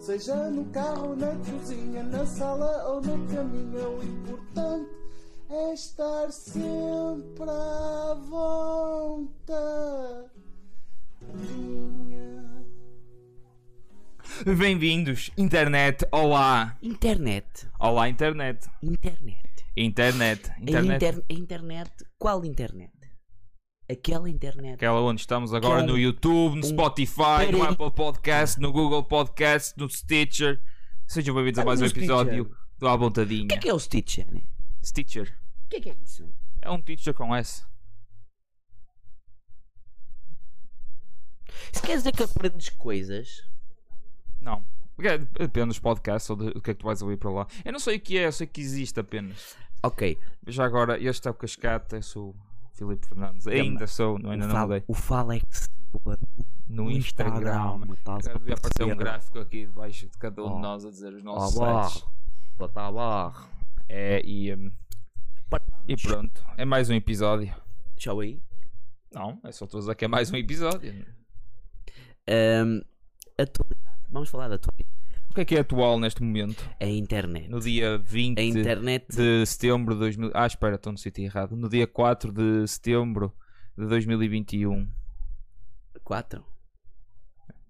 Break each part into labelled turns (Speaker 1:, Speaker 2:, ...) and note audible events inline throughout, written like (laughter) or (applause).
Speaker 1: Seja no carro, na cozinha, na sala ou no caminho, é o importante é estar sempre à vontade.
Speaker 2: Bem-vindos, internet. Olá.
Speaker 3: Internet.
Speaker 2: Olá, internet.
Speaker 3: Internet.
Speaker 2: Internet.
Speaker 3: A,
Speaker 2: Internet.
Speaker 3: inter- a internet. Qual internet? Aquela internet.
Speaker 2: Aquela onde estamos agora
Speaker 3: Que é
Speaker 2: no
Speaker 3: um-
Speaker 2: YouTube, no
Speaker 3: um-
Speaker 2: Spotify, no
Speaker 3: Peraí.
Speaker 2: Apple Podcast, no Google Podcast, no Stitcher. Sejam bem-vindos a
Speaker 3: Ah,
Speaker 2: mais um
Speaker 3: no
Speaker 2: episódio
Speaker 3: Stitcher.
Speaker 2: do À
Speaker 3: O que é
Speaker 2: Vontadinha.
Speaker 3: que é o Stitch, Annie?
Speaker 2: Stitcher.
Speaker 3: O que é que é isso?
Speaker 2: É um teacher com S.
Speaker 3: Se quer dizer que aprendes coisas.
Speaker 2: Não. É, Depende dos podcasts ou do do que é que tu vais ouvir para lá. Eu não sei o que é, eu sei que existe apenas.
Speaker 3: Ok.
Speaker 2: Já agora, este é o Cascata, eu sou o Filipe Fernandes. Ainda sou, não, ainda
Speaker 3: o,
Speaker 2: não
Speaker 3: fal- é
Speaker 2: mudei.
Speaker 3: o Falex Silva
Speaker 2: No Instagram.
Speaker 3: estás a
Speaker 2: Agora devia aparecer um
Speaker 3: perceber?
Speaker 2: gráfico aqui debaixo de cada um
Speaker 3: Oh.
Speaker 2: de nós a dizer os
Speaker 3: Ó,
Speaker 2: nossos
Speaker 3: barra.
Speaker 2: sites.
Speaker 3: Bota a barra.
Speaker 2: É, e, hum, e pronto, é mais um episódio.
Speaker 3: Tchau aí.
Speaker 2: Não, é só todos aqui, é mais um episódio.
Speaker 3: Ahm, atualidade. Vamos falar da atualidade. É
Speaker 2: O que é que é atual neste momento?
Speaker 3: A internet.
Speaker 2: No dia 20
Speaker 3: A internet.
Speaker 2: de setembro de 2000. Ah, espera, estou no sítio errado. No dia 4 de setembro de 2021.
Speaker 3: 4.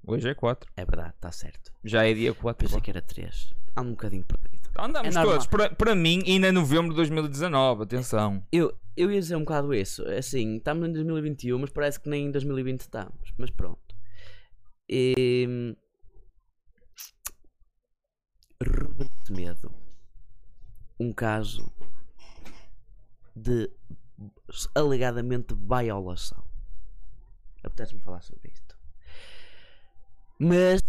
Speaker 2: Hoje é 4.
Speaker 3: É verdade, está certo.
Speaker 2: Já é dia 4.
Speaker 3: Pensei que era 3. Há um bocadinho perdido.
Speaker 2: Andamos
Speaker 3: É normal.
Speaker 2: todos. Para, para mim, ainda é novembro de 2019. Atenção.
Speaker 3: Eu, eu ia dizer um bocado isso. Assim, estamos em 2021, mas parece que nem em 2020 estamos. Mas pronto. Ehm, E... Ruben Medo. Um caso de alegadamente violação. Apetece-me falar sobre isto. Mas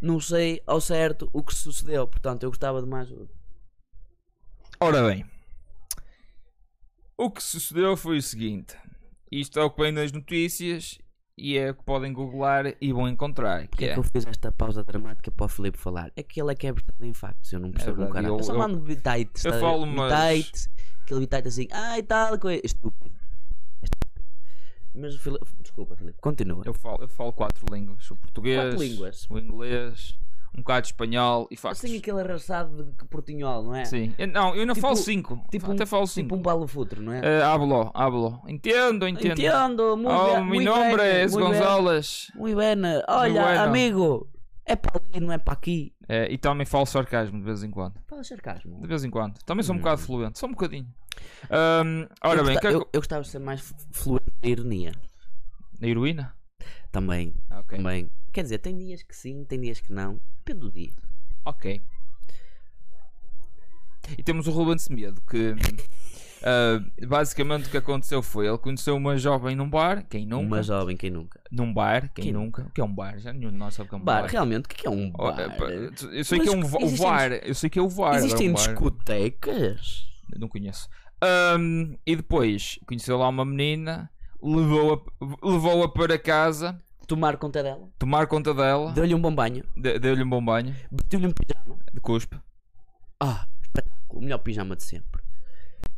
Speaker 3: não sei ao certo o que sucedeu. Portanto, eu gostava de mais.
Speaker 2: Ora bem, o que sucedeu foi o seguinte: isto é o que vem nas notícias e é o que podem googlar e vão encontrar.
Speaker 3: Porque
Speaker 2: Que
Speaker 3: é
Speaker 2: é.
Speaker 3: que eu fiz esta pausa dramática para o Filipe falar? É que ele é que é verdade em factos, eu não percebo um
Speaker 2: verdade,
Speaker 3: caralho. Eu,
Speaker 2: eu-
Speaker 3: só
Speaker 2: eu-
Speaker 3: mando bitites.
Speaker 2: eu
Speaker 3: tá a ver?
Speaker 2: falo, mas-
Speaker 3: Bitites, aquele bitite assim, ai tal coisa. Estúpido. É estúpido. Mas o Filipe, desculpa Filipe, continua.
Speaker 2: Eu falo, eu falo quatro línguas: o português,
Speaker 3: Quatro línguas.
Speaker 2: o inglês, um bocado de espanhol e factos.
Speaker 3: Assim aquele arrasado de portinhol, não é?
Speaker 2: Sim. Eu- não, eu não
Speaker 3: Tipo-
Speaker 2: falo cinco.
Speaker 3: tipo
Speaker 2: Até
Speaker 3: um-
Speaker 2: falo
Speaker 3: Tipo
Speaker 2: cinco.
Speaker 3: um balo futuro, não é?
Speaker 2: Eh, hablo, hablo. Entendo, entendo.
Speaker 3: Entendo, muito
Speaker 2: oh,
Speaker 3: bem.
Speaker 2: meu
Speaker 3: muito
Speaker 2: nome
Speaker 3: bem,
Speaker 2: é
Speaker 3: muito bem,
Speaker 2: Gonzalez.
Speaker 3: Muito bem. Olha,
Speaker 2: bueno.
Speaker 3: amigo, é para ali, não é para aqui.
Speaker 2: Eh, e também falo sarcasmo de vez em quando.
Speaker 3: Fala sarcasmo.
Speaker 2: De vez em quando. Também sou um
Speaker 3: Hum.
Speaker 2: bocado fluente. Só um bocadinho. Ahm, ora
Speaker 3: eu,
Speaker 2: bem,
Speaker 3: gosta-
Speaker 2: que é que-
Speaker 3: eu, eu gostava de ser mais f- fluente na ironia.
Speaker 2: na heroína?
Speaker 3: Também.
Speaker 2: Ah, Ok.
Speaker 3: Também. Quer dizer, tem dias que sim, tem dias que não. Depende do dia.
Speaker 2: Ok. E temos o Ruben Semedo, que
Speaker 3: (laughs)
Speaker 2: ah, basicamente o que aconteceu foi ele conheceu uma jovem num bar, quem nunca?
Speaker 3: Uma jovem, quem nunca.
Speaker 2: Num bar, quem,
Speaker 3: Quem
Speaker 2: nunca? O que é um bar? Já nenhum de nós sabe o que é um
Speaker 3: Bar,
Speaker 2: bar.
Speaker 3: realmente, o que é um
Speaker 2: Oh,
Speaker 3: bar?
Speaker 2: eh, pá, Eu sei
Speaker 3: Mas
Speaker 2: que é um va- o
Speaker 3: existem-
Speaker 2: VAR, eu sei que é o VAR. agora
Speaker 3: Existem
Speaker 2: um bar.
Speaker 3: discotecas?
Speaker 2: Não conheço. Ahm, e depois conheceu lá uma menina, levou-a levou para casa,
Speaker 3: Tomar conta dela?
Speaker 2: tomar conta dela,
Speaker 3: Deu-lhe um bom banho?
Speaker 2: de- deu-lhe um bom banho
Speaker 3: Meteu-lhe um pijama?
Speaker 2: de cuspe.
Speaker 3: Ah, espetáculo. O melhor pijama de sempre.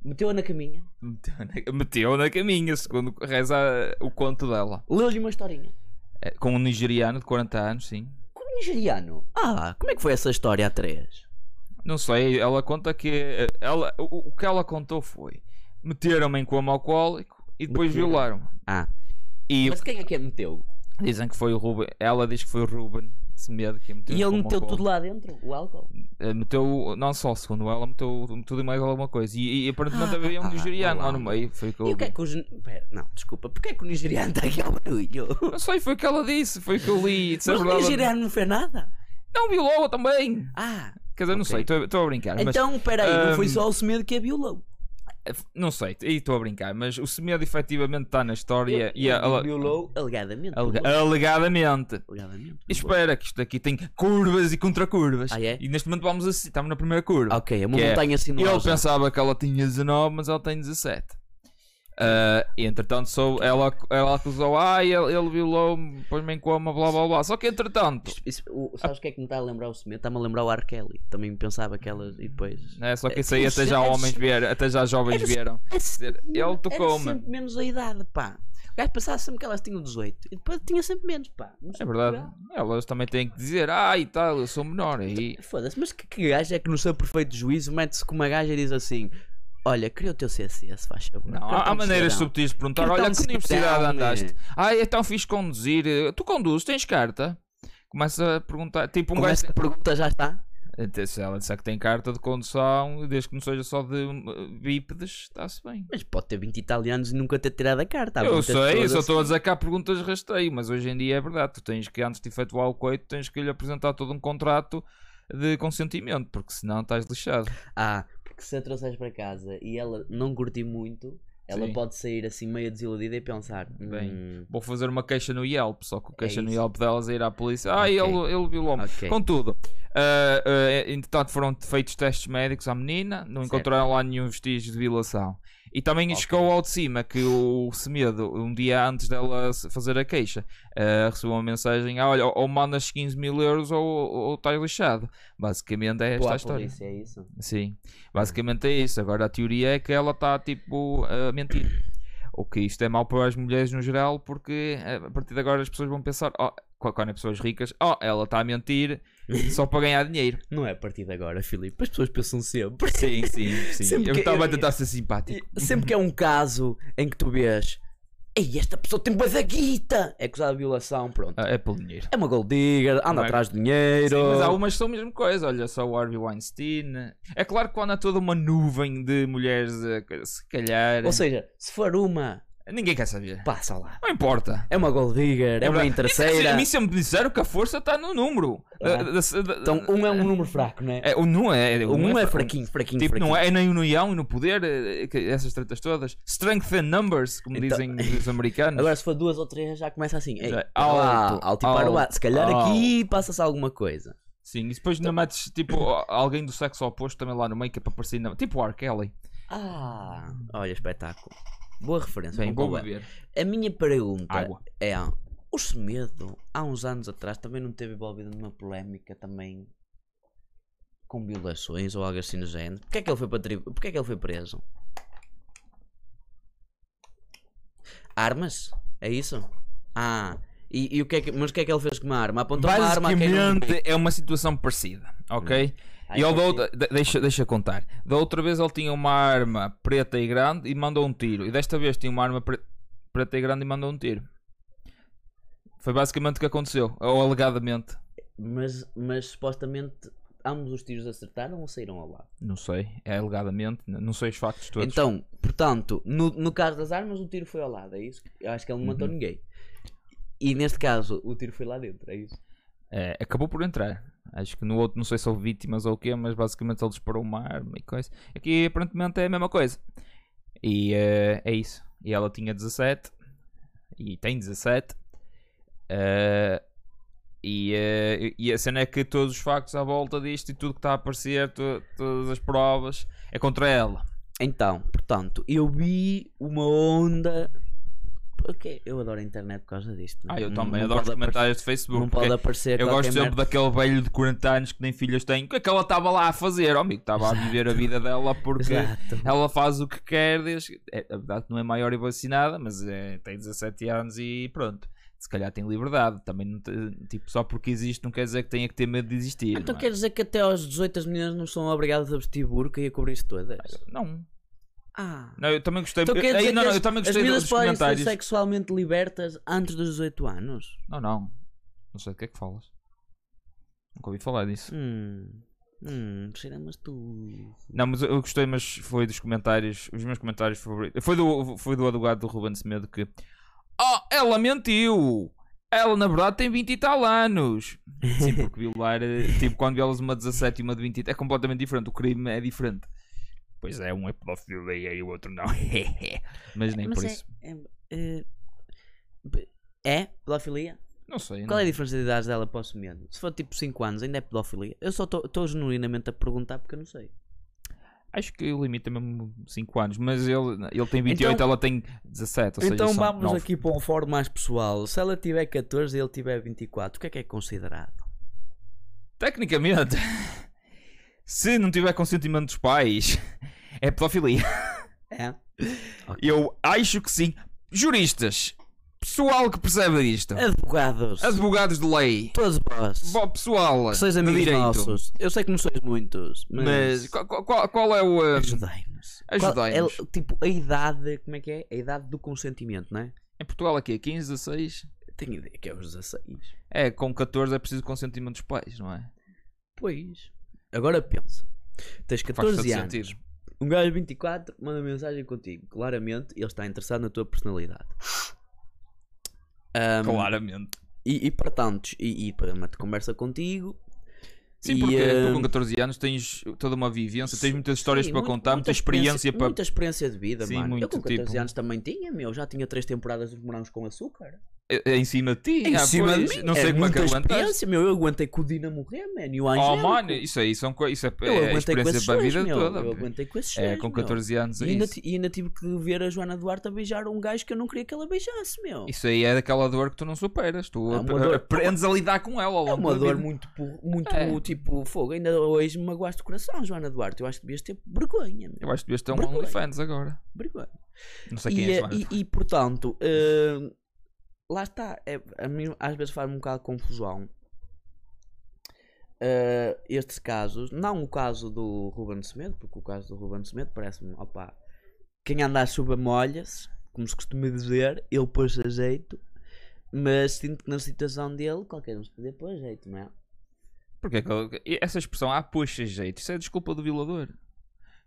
Speaker 3: Meteu-a na caminha?
Speaker 2: Meteu na, meteu na caminha, segundo reza o conto dela.
Speaker 3: Leu-lhe uma historinha?
Speaker 2: É, Com um nigeriano de 40 anos, sim.
Speaker 3: Com um nigeriano? Ah, como é que foi essa história a três?
Speaker 2: Não sei, ela conta que. eh, Ela, o, o que ela contou foi: meteram-me em coma alcoólico e depois
Speaker 3: Meteram.
Speaker 2: violaram-me.
Speaker 3: Ah,
Speaker 2: E
Speaker 3: mas quem é que a meteu?
Speaker 2: dizem que foi o Ruben. Ela diz que foi o Ruben de medo que a meteu
Speaker 3: E
Speaker 2: em
Speaker 3: ele
Speaker 2: coma
Speaker 3: meteu
Speaker 2: alcoólico.
Speaker 3: tudo lá dentro? O álcool?
Speaker 2: Eh, Meteu, não só segundo ela, meteu tudo e mais alguma coisa. E, e aparentemente
Speaker 3: Ah,
Speaker 2: havia um
Speaker 3: ah,
Speaker 2: nigeriano
Speaker 3: não
Speaker 2: lá
Speaker 3: há.
Speaker 2: no meio. Foi o que eu
Speaker 3: E o que é
Speaker 2: ouvi.
Speaker 3: que os. Pera, não, desculpa. Porquê é que o nigeriano (laughs) está aqui ao barulho?
Speaker 2: Não sei, foi o que ela disse, foi o que eu li. Se é
Speaker 3: Mas o
Speaker 2: verdade-
Speaker 3: nigeriano não fez nada?
Speaker 2: Não violou um também.
Speaker 3: Ah,
Speaker 2: Quer dizer, não
Speaker 3: Ok.
Speaker 2: sei, estou- estou a brincar. Ah, mas-
Speaker 3: então peraí, não foi
Speaker 2: ahm,
Speaker 3: só o Semedo que é a violou.
Speaker 2: Não sei, aí estou a brincar, mas o Semedo efetivamente está na história
Speaker 3: Ele-
Speaker 2: e a-
Speaker 3: ele
Speaker 2: ale-
Speaker 3: violou alegadamente.
Speaker 2: alega-
Speaker 3: violou.
Speaker 2: alegadamente.
Speaker 3: Alegadamente.
Speaker 2: E Espera que isto aqui tem curvas e contracurvas.
Speaker 3: Ah, é?
Speaker 2: E neste momento vamos assim, estamos na primeira curva.
Speaker 3: Ok, é uma
Speaker 2: Que é,
Speaker 3: montanha
Speaker 2: Ele
Speaker 3: sinuosa.
Speaker 2: pensava que ela tinha 19, mas ela tem 17. Ah, e entretanto, sou, ela, ela acusou, ah, ele, ele violou-me, pôs-me em coma, blá blá blá. Só que entretanto,
Speaker 3: Isto- isso- o- sabes o que é que me está a lembrar o Semedo? Está-me a lembrar o R. Kelly. Também pensava que elas. E depois.
Speaker 2: né, só que isso aí
Speaker 3: É,
Speaker 2: até já
Speaker 3: é,
Speaker 2: homens
Speaker 3: é,
Speaker 2: vieram, até já jovens
Speaker 3: é,
Speaker 2: vieram.
Speaker 3: Era
Speaker 2: dizer, ele
Speaker 3: sempre- era
Speaker 2: tocou-me.
Speaker 3: sempre menos a idade, pá. O gajo passava sempre que elas tinham 18 e depois tinha sempre menos, pá. Não
Speaker 2: É
Speaker 3: sei
Speaker 2: verdade.
Speaker 3: porquê.
Speaker 2: Elas também têm que dizer, ah e tal, eu sou menor. E
Speaker 3: Foda-se, mas que, que gajo é que no seu perfeito juízo mete-se com uma gaja e diz assim: Olha, cria o teu CC, se faz favor.
Speaker 2: Não, há,
Speaker 3: Cartão
Speaker 2: há
Speaker 3: de
Speaker 2: maneiras
Speaker 3: é cidadão."
Speaker 2: subtis de perguntar:
Speaker 3: Cartão
Speaker 2: olha,
Speaker 3: de
Speaker 2: que
Speaker 3: cidadão,
Speaker 2: universidade
Speaker 3: né?
Speaker 2: andaste? Ah, é tão fixe conduzir. eh, Tu conduzes, tens carta? Começa a perguntar, tipo um
Speaker 3: Como
Speaker 2: gajo.
Speaker 3: essa pergunta já está.
Speaker 2: Até se ela disser que tem carta de condução, desde que não seja só de eh, bípedes, está-se bem.
Speaker 3: Mas pode ter 20 italianos e nunca ter tirado a carta. Há
Speaker 2: eu
Speaker 3: muitas
Speaker 2: sei, eu
Speaker 3: pessoas
Speaker 2: só estou a
Speaker 3: assim.
Speaker 2: dizer que há perguntas rasteio, mas hoje em dia é verdade. Tu tens que, antes de efetuar o coito, tens que lhe apresentar todo um contrato de consentimento, porque senão estás lixado.
Speaker 3: Ah, porque se a trouxeres para casa e ela não curtir muito, ela
Speaker 2: Sim.
Speaker 3: pode sair assim meio desiludida e pensar: "Hum, Bem,
Speaker 2: Vou fazer uma queixa no Yelp, só que a queixa no
Speaker 3: isso.
Speaker 2: Yelp delas é ir à polícia. Ah,
Speaker 3: Ok.
Speaker 2: ele, ele violou-me.
Speaker 3: ok.
Speaker 2: Contudo, ah, ah, entretanto foram feitos testes médicos à menina, não
Speaker 3: Certo.
Speaker 2: encontraram lá nenhum vestígio de violação. E também
Speaker 3: Ok.
Speaker 2: chegou ao de cima que o Semedo, um dia antes dela se- fazer a queixa, ah, recebeu uma mensagem: ah, olha, ou mandas 15 mil euros ou, ou estás lixado. Basicamente é esta
Speaker 3: Boa
Speaker 2: a
Speaker 3: à
Speaker 2: história.
Speaker 3: polícia, é isso?
Speaker 2: Sim, basicamente é isso. Agora a teoria é que ela está tipo a mentir. O que isto é mau para as mulheres no geral, porque eh, a partir de agora as pessoas vão pensar, oh, qu- quando é pessoas ricas, oh, ela está a mentir só para ganhar dinheiro.
Speaker 3: Não é a partir de agora, Filipe. As pessoas pensam
Speaker 2: (laughs)
Speaker 3: sempre.
Speaker 2: Sim, sim, sim.
Speaker 3: Sempre
Speaker 2: eu
Speaker 3: que-
Speaker 2: estava a
Speaker 3: eu-
Speaker 2: tentar ser simpático.
Speaker 3: E Sempre que é um caso em que tu vês, ei, esta pessoa tem bué da guita, é acusada de violação, pronto.
Speaker 2: Ah, é pelo dinheiro.
Speaker 3: É uma gold digger, anda
Speaker 2: Não é-
Speaker 3: atrás de dinheiro.
Speaker 2: Sim, mas há umas que são a mesma coisa, olha só o Harvey Weinstein. É claro que quando há toda uma nuvem de mulheres, eh, se calhar,
Speaker 3: Ou seja, se for uma,
Speaker 2: ninguém quer saber.
Speaker 3: passa lá.
Speaker 2: Não importa.
Speaker 3: É uma gold digger, é
Speaker 2: verdade. Sim,
Speaker 3: uma
Speaker 2: A
Speaker 3: interesseira.
Speaker 2: mim sempre me disseram que a força está no número.
Speaker 3: Ah.
Speaker 2: Da- da- da-
Speaker 3: Então, um é um número fraco, né?
Speaker 2: é, o não é. o
Speaker 3: Um
Speaker 2: não
Speaker 3: é
Speaker 2: fra-
Speaker 3: fraquinho, fraquinho,
Speaker 2: Tipo,
Speaker 3: fraquinho.
Speaker 2: não é nem união e no poder, eh, que- essas tretas todas. Strength in numbers, como
Speaker 3: Então-
Speaker 2: dizem
Speaker 3: (laughs)
Speaker 2: os americanos.
Speaker 3: Agora, se for duas ou três, já começa assim. Ei,
Speaker 2: é- Já- é
Speaker 3: para lá,
Speaker 2: alto,
Speaker 3: alto e para lá.
Speaker 2: alto,
Speaker 3: Se calhar aqui passa-se alguma coisa.
Speaker 2: Sim, e
Speaker 3: então
Speaker 2: depois não metes tipo a- alguém do sexo oposto também lá no meio que é para parecer. na- Tipo o R. Kelly.
Speaker 3: Ah, olha, espetáculo. Boa referência.
Speaker 2: Bem,
Speaker 3: bom
Speaker 2: vou
Speaker 3: convite.
Speaker 2: beber.
Speaker 3: A minha pergunta
Speaker 2: Água.
Speaker 3: é: o Semedo, há uns anos atrás, também não teve envolvido numa polémica também com violações ou algo assim no género? Porquê é que ele foi, para tri... Porquê é que ele foi preso? Armas? É isso? Ah, e, e o que é que... mas o que é que ele fez com uma arma? Apontou uma arma a quem não devia.
Speaker 2: Basicamente é uma situação parecida, ok?
Speaker 3: Ah,
Speaker 2: E ele
Speaker 3: então
Speaker 2: da
Speaker 3: sim.
Speaker 2: outra- de- deixa, deixa contar. Da outra vez ele tinha uma arma preta e grande e mandou um tiro. E desta vez tinha uma arma pre- preta e grande e mandou um tiro. Foi basicamente o que aconteceu. Ou alegadamente.
Speaker 3: Mas, mas supostamente ambos os tiros acertaram ou saíram ao lado?
Speaker 2: Não sei. É alegadamente. n- Não sei os factos todos.
Speaker 3: Então, portanto, no, no caso das armas, o tiro foi ao lado, é isso? Eu acho que ele não matou
Speaker 2: Uhum.
Speaker 3: ninguém. E neste caso, o tiro foi lá dentro, é isso?
Speaker 2: É, acabou por entrar. Acho que no outro não sei se houve vítimas ou o quê, mas basicamente ele disparou uma arma e coisa. Aqui aparentemente é a mesma coisa. E eh, é isso. E ela tinha 17. E tem 17. eh, e, eh, e a cena é que todos os factos à volta disto e tudo que está a aparecer, to- todas as provas, é contra ela.
Speaker 3: Então, portanto, eu vi uma onda. Porque eu adoro a internet por causa disto. não é?
Speaker 2: Ah, eu
Speaker 3: Não-
Speaker 2: também
Speaker 3: não
Speaker 2: adoro os
Speaker 3: pode
Speaker 2: comentários de
Speaker 3: aparecer-
Speaker 2: Facebook.
Speaker 3: Não pode
Speaker 2: porque
Speaker 3: aparecer.
Speaker 2: Eu
Speaker 3: qualquer
Speaker 2: gosto sempre
Speaker 3: merda.
Speaker 2: daquele velho de 40 anos que nem filhas tem. O que é que ela estava lá a fazer? Oh, amigo, estava a viver a vida dela porque (laughs)
Speaker 3: Exato. É
Speaker 2: ela faz o que quer. Desde... É, a verdade que não é maior e vacinada, mas é, tem 17 anos e pronto. Se calhar tem liberdade. Também não te- tipo, só porque existe não quer dizer que tenha que ter medo de existir.
Speaker 3: Então
Speaker 2: não, é?
Speaker 3: quer dizer que até aos 18 as meninas não são obrigadas a vestir burca e a cobrir-se todas?
Speaker 2: não.
Speaker 3: Ah.
Speaker 2: Não, eu também gostei.
Speaker 3: Então
Speaker 2: eu,
Speaker 3: quer dizer
Speaker 2: aí, não,
Speaker 3: que
Speaker 2: não,
Speaker 3: as,
Speaker 2: eu também
Speaker 3: as
Speaker 2: gostei
Speaker 3: meninas
Speaker 2: dos
Speaker 3: podem ser
Speaker 2: comentários.
Speaker 3: sexualmente libertas antes dos 18 anos?
Speaker 2: Não, não. Não sei do que é que falas. Nunca ouvi falar disso.
Speaker 3: Hum. Hum, será mas tu.
Speaker 2: Não, mas eu- eu gostei, mas foi dos comentários. Os meus comentários favoritos. Foi do, foi do advogado do Ruben Semedo que. Oh, ela mentiu! Ela na verdade tem 20 e tal anos. Sim, porque violar. eh, tipo, quando violas uma de 17 e uma de 20 e- é completamente diferente. O crime é diferente. Pois é, um é pedofilia e o outro não. (laughs) mas nem
Speaker 3: Mas
Speaker 2: por
Speaker 3: é-
Speaker 2: isso.
Speaker 3: É, é, b- é pedofilia?
Speaker 2: Não sei.
Speaker 3: Qual é a
Speaker 2: não.
Speaker 3: diferença de idade dela para o semedo? Se for tipo 5 anos, ainda é pedofilia? Eu só estou genuinamente a perguntar porque eu não sei.
Speaker 2: Acho que o limite é mesmo 5 anos. Mas ele, ele tem 28,
Speaker 3: Então-
Speaker 2: ela tem 17. Ou
Speaker 3: então
Speaker 2: seja, são
Speaker 3: vamos
Speaker 2: nove.
Speaker 3: aqui para um fórum mais pessoal. Se ela tiver 14 e ele tiver 24, o que é que é considerado?
Speaker 2: Tecnicamente, (laughs) se não tiver consentimento dos pais, (laughs) é pedofilia.
Speaker 3: É?
Speaker 2: Eu acho que sim. Juristas, Pessoal que percebe disto.
Speaker 3: Advogados.
Speaker 2: Advogados de lei.
Speaker 3: Todos vós.
Speaker 2: Bom, pessoal.
Speaker 3: que sois
Speaker 2: de
Speaker 3: amigos
Speaker 2: direito.
Speaker 3: nossos. Eu sei que não sois muitos, mas.
Speaker 2: Mas qual, qual- qual é o. eh,
Speaker 3: Ajudai-nos.
Speaker 2: Ajudai-nos.
Speaker 3: Qual é, tipo, a idade. Como é que é? A idade do consentimento, não é?
Speaker 2: Em Portugal aqui é 15, 16?
Speaker 3: Tenho ideia que é aos 16.
Speaker 2: É, com 14 é preciso consentimento dos pais, não é?
Speaker 3: Pois. Agora pensa.
Speaker 2: Faz
Speaker 3: Tens 14
Speaker 2: todo
Speaker 3: anos.
Speaker 2: sentido.
Speaker 3: Um gajo 24 manda mensagem contigo. Claramente ele está interessado na tua personalidade. Ahm,
Speaker 2: Claramente.
Speaker 3: E, e para tantos, e, e para uma conversa contigo.
Speaker 2: Sim,
Speaker 3: e,
Speaker 2: porque tu
Speaker 3: ahm,
Speaker 2: com 14 anos tens toda uma vivência, tens muitas histórias
Speaker 3: sim,
Speaker 2: para
Speaker 3: muito-
Speaker 2: contar, muita, experiência para.
Speaker 3: Muita experiência de vida,
Speaker 2: Sim,
Speaker 3: mano.
Speaker 2: muito,
Speaker 3: eu com 14
Speaker 2: tipo-
Speaker 3: anos também tinha, meu. Já tinha três temporadas dos morangos com açúcar.
Speaker 2: É- é Em cima de ti,
Speaker 3: Em
Speaker 2: ah,
Speaker 3: cima de
Speaker 2: pois,
Speaker 3: mim.
Speaker 2: Não
Speaker 3: É
Speaker 2: sei como é que
Speaker 3: muita
Speaker 2: aguentaste.
Speaker 3: experiência, meu. Eu aguentei que o Dina morrer, man. E o
Speaker 2: Oh,
Speaker 3: Angélico.
Speaker 2: mano, isso aí são, co- isso é,
Speaker 3: Eu
Speaker 2: é
Speaker 3: aguentei com
Speaker 2: experiência
Speaker 3: esses
Speaker 2: para a
Speaker 3: dois,
Speaker 2: vida
Speaker 3: meu.
Speaker 2: toda.
Speaker 3: Eu
Speaker 2: meu.
Speaker 3: aguentei com esses
Speaker 2: É,
Speaker 3: dois,
Speaker 2: com
Speaker 3: meu.
Speaker 2: 14 anos. é
Speaker 3: E ainda,
Speaker 2: isso.
Speaker 3: ti- e ainda tive que ver a Joana Duarte a beijar um gajo que eu não queria que ela beijasse, meu.
Speaker 2: Isso aí é daquela dor que tu não superas. Tu
Speaker 3: É
Speaker 2: ap-
Speaker 3: uma dor-
Speaker 2: aprendes a lidar com ela ao
Speaker 3: É
Speaker 2: longo
Speaker 3: uma
Speaker 2: da
Speaker 3: dor
Speaker 2: vida.
Speaker 3: muito, por- muito
Speaker 2: É.
Speaker 3: tipo fogo. Ainda hoje me magoaste o coração, Joana Duarte. Eu acho que devias ter vergonha, meu.
Speaker 2: Eu acho que devias ter um
Speaker 3: Vergonha.
Speaker 2: OnlyFans agora.
Speaker 3: Vergonha.
Speaker 2: Não sei quem é
Speaker 3: E, eh,
Speaker 2: Joana.
Speaker 3: e, e, portanto, eh, lá está. É, a mim às vezes faz-me um bocado de confusão. eh, estes casos, não o caso do Ruben Semedo, porque o caso do Ruben Semedo parece-me, opá, quem anda à chuva molha-se, como se costuma dizer, ele pôs a jeito, mas sinto que na situação dele qualquer um se podia pôr a jeito, não é?
Speaker 2: Porque é que ela- e essa expressão, ah, puxa jeito, isso é desculpa do violador.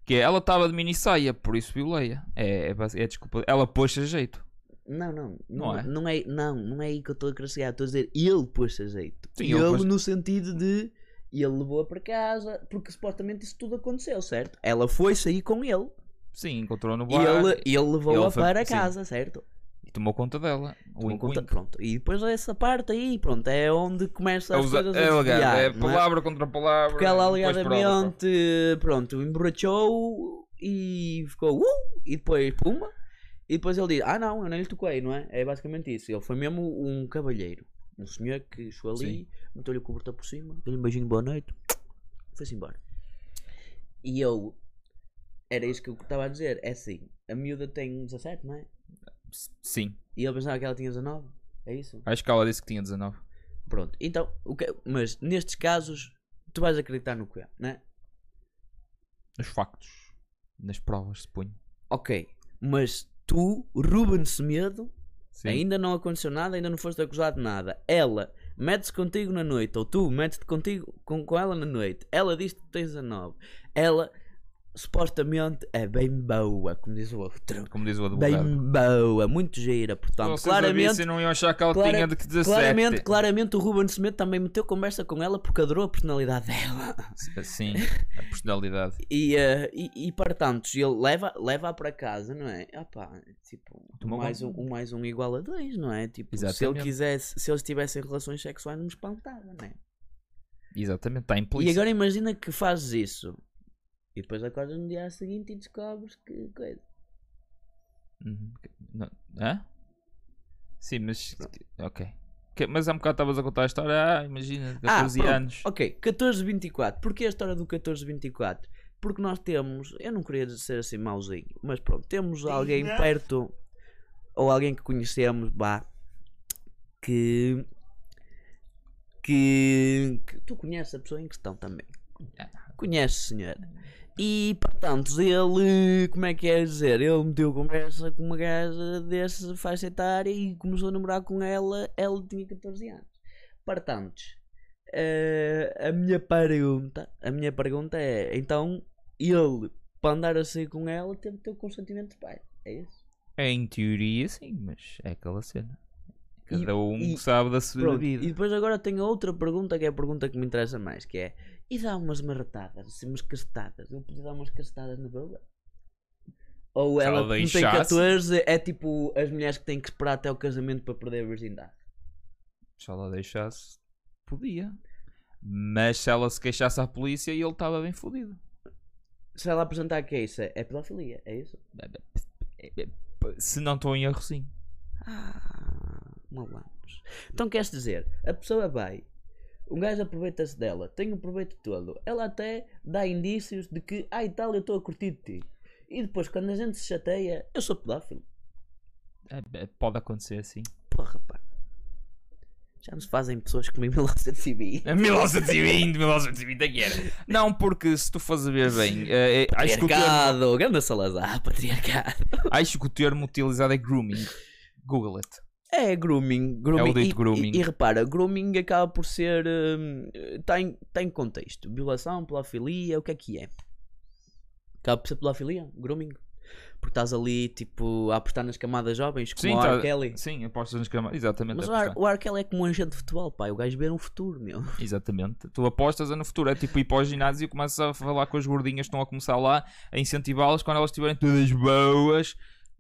Speaker 2: Que é, ela estava de mini saia, por isso violei-a. É, é, basi- é desculpa, ela puxa jeito.
Speaker 3: Não, não, não,
Speaker 2: Não é?
Speaker 3: não é? Não, não é aí que eu estou a querer chegar. Estou a dizer, ele pôs-se a jeito.
Speaker 2: Sim,
Speaker 3: ele
Speaker 2: ele pôs-
Speaker 3: no sentido de ele levou-a para casa, porque supostamente isso tudo aconteceu, certo? Ela foi sair com ele
Speaker 2: Sim, encontrou no
Speaker 3: e
Speaker 2: bar
Speaker 3: ele, ele levou-a
Speaker 2: Ele foi-
Speaker 3: para
Speaker 2: sim.
Speaker 3: casa, certo?
Speaker 2: e tomou conta dela.
Speaker 3: Tomou
Speaker 2: Wink,
Speaker 3: conta-
Speaker 2: wink.
Speaker 3: Pronto, e depois essa parte aí, pronto, é onde começa
Speaker 2: É,
Speaker 3: as
Speaker 2: usa-
Speaker 3: coisas a
Speaker 2: é,
Speaker 3: desviar,
Speaker 2: legal, é
Speaker 3: não é?
Speaker 2: palavra contra palavra.
Speaker 3: Porque ela
Speaker 2: depois prova, prova.
Speaker 3: alegadamente, pronto, emborrachou e ficou uh, e depois pumba. E depois ele diz: Ah, não, eu nem lhe toquei, não é? É basicamente isso. Ele foi mesmo um cavalheiro. Um senhor que chegou ali, meteu-lhe o cobertor por cima, deu-lhe um beijinho de boa noite, foi-se embora. E eu, era isso que eu estava a dizer: é assim, a miúda tem 17, não é?
Speaker 2: S- Sim,
Speaker 3: E eu pensava que ela tinha 19, é isso?
Speaker 2: acho que ela disse que tinha 19.
Speaker 3: Pronto, então, o que- mas nestes casos, tu vais acreditar no que é, não é?
Speaker 2: Nos factos, nas provas, suponho.
Speaker 3: Ok, mas tu, Ruben Semedo,
Speaker 2: Sim.
Speaker 3: ainda não aconteceu nada, ainda não foste acusado de nada. Ela mete-se contigo na noite, ou tu metes-te contigo com, com ela na noite. Ela diz que tens a nove. Ela supostamente é bem boa, como diz o outro.
Speaker 2: Como diz o advogado.
Speaker 3: Bem boa, muito gira, portanto,
Speaker 2: Vocês a
Speaker 3: claramente.
Speaker 2: vissem, não iam achar que ela
Speaker 3: clara-
Speaker 2: tinha de que 17.
Speaker 3: Claramente, claramente o Ruben Semedo também meteu conversa com ela porque adorou a personalidade dela.
Speaker 2: Sim, a personalidade.
Speaker 3: E, eh, e, e para tantos, ele leva, leva para casa, não é? Opá, tipo,
Speaker 2: Tomou
Speaker 3: mais um,
Speaker 2: conta.
Speaker 3: um mais um igual a dois, não é? Tipo, se ele
Speaker 2: Exatamente.
Speaker 3: quisesse, se eles tivessem relações sexuais, não me espantava, não é?
Speaker 2: Exatamente, está
Speaker 3: E
Speaker 2: implícito.
Speaker 3: agora imagina que fazes isso e depois acordas no dia seguinte e descobres que coisa.
Speaker 2: Uhum. Não- Hã? Sim, mas. Ok. Que- Mas há um bocado estavas a contar a história. Ah, imagina, 14
Speaker 3: pronto.
Speaker 2: anos.
Speaker 3: Ok, 1424. Porquê a história do 1424? Porque nós temos, eu não queria ser assim mauzinho, mas pronto, temos alguém perto ou alguém que conhecemos, vá, que, que, que tu conheces a pessoa em questão também. Conheces, senhora. E, portanto, ele, como é que é dizer? Ele meteu conversa com uma gaja desse faixa etária e começou a namorar com ela. Ela tinha 14 anos. Portanto, eh, a minha pergunta, a minha pergunta é, então, ele, para andar a sair com ela, teve que ter o consentimento de pai. É isso?
Speaker 2: Em teoria, sim, mas é aquela cena.
Speaker 3: E-
Speaker 2: Cada um
Speaker 3: e-
Speaker 2: sabe da sua
Speaker 3: Pronto,
Speaker 2: vida.
Speaker 3: E depois agora tenho outra pergunta que é a pergunta que me interessa mais, que é e dá umas marretadas, assim, umas castadas? Eu podia dar umas castadas na bola? Ou
Speaker 2: Se
Speaker 3: ela,
Speaker 2: ela
Speaker 3: que não tem
Speaker 2: deixasse.
Speaker 3: 14, é tipo as mulheres que têm que esperar até o casamento para perder a virgindade.
Speaker 2: Se ela deixasse, podia. Mas se ela se queixasse à polícia, ele estava bem fodido.
Speaker 3: Se ela apresentar queixa, é pedofilia, é isso?
Speaker 2: É, Se não estou em erro, sim.
Speaker 3: Ah, malandros. Então queres dizer, a pessoa vai, um gajo aproveita-se dela, tem o proveito todo, ela até dá indícios de que, ai tal, eu estou a curtir de ti. E depois, quando a gente se chateia, eu sou pedófilo. (laughs)
Speaker 2: É- é- Pode acontecer, sim.
Speaker 3: Porra, pá. Já nos fazem pessoas (laughs) como em 1920.
Speaker 2: A 1920, 1920 é que era. Não, porque se tu fazes ver bem, eh, eh, acho, que o termo,
Speaker 3: Patriarcado, grande Salazar, patriarcado.
Speaker 2: acho que o termo utilizado é grooming. Google it.
Speaker 3: É grooming. grooming.
Speaker 2: dito
Speaker 3: e,
Speaker 2: grooming.
Speaker 3: E, e repara, grooming acaba por ser. hum, Tem tem contexto. Violação, pedofilia, o que é que é? Acaba por ser pedofilia, grooming. Porque estás ali, tipo, a apostar nas camadas jovens, como
Speaker 2: Sim,
Speaker 3: o R.
Speaker 2: tá-
Speaker 3: Kelly.
Speaker 2: Sim, apostas nas camas. Exatamente.
Speaker 3: Mas o
Speaker 2: apostar.
Speaker 3: R, o R. Kelly é como um agente de futebol, pá. O gajo vê um futuro, meu.
Speaker 2: Exatamente. Tu apostas é no futuro. É tipo ir para o ginásio e começas a falar com as gordinhas que estão a começar lá, a incentivá-las. Quando elas estiverem todas boas,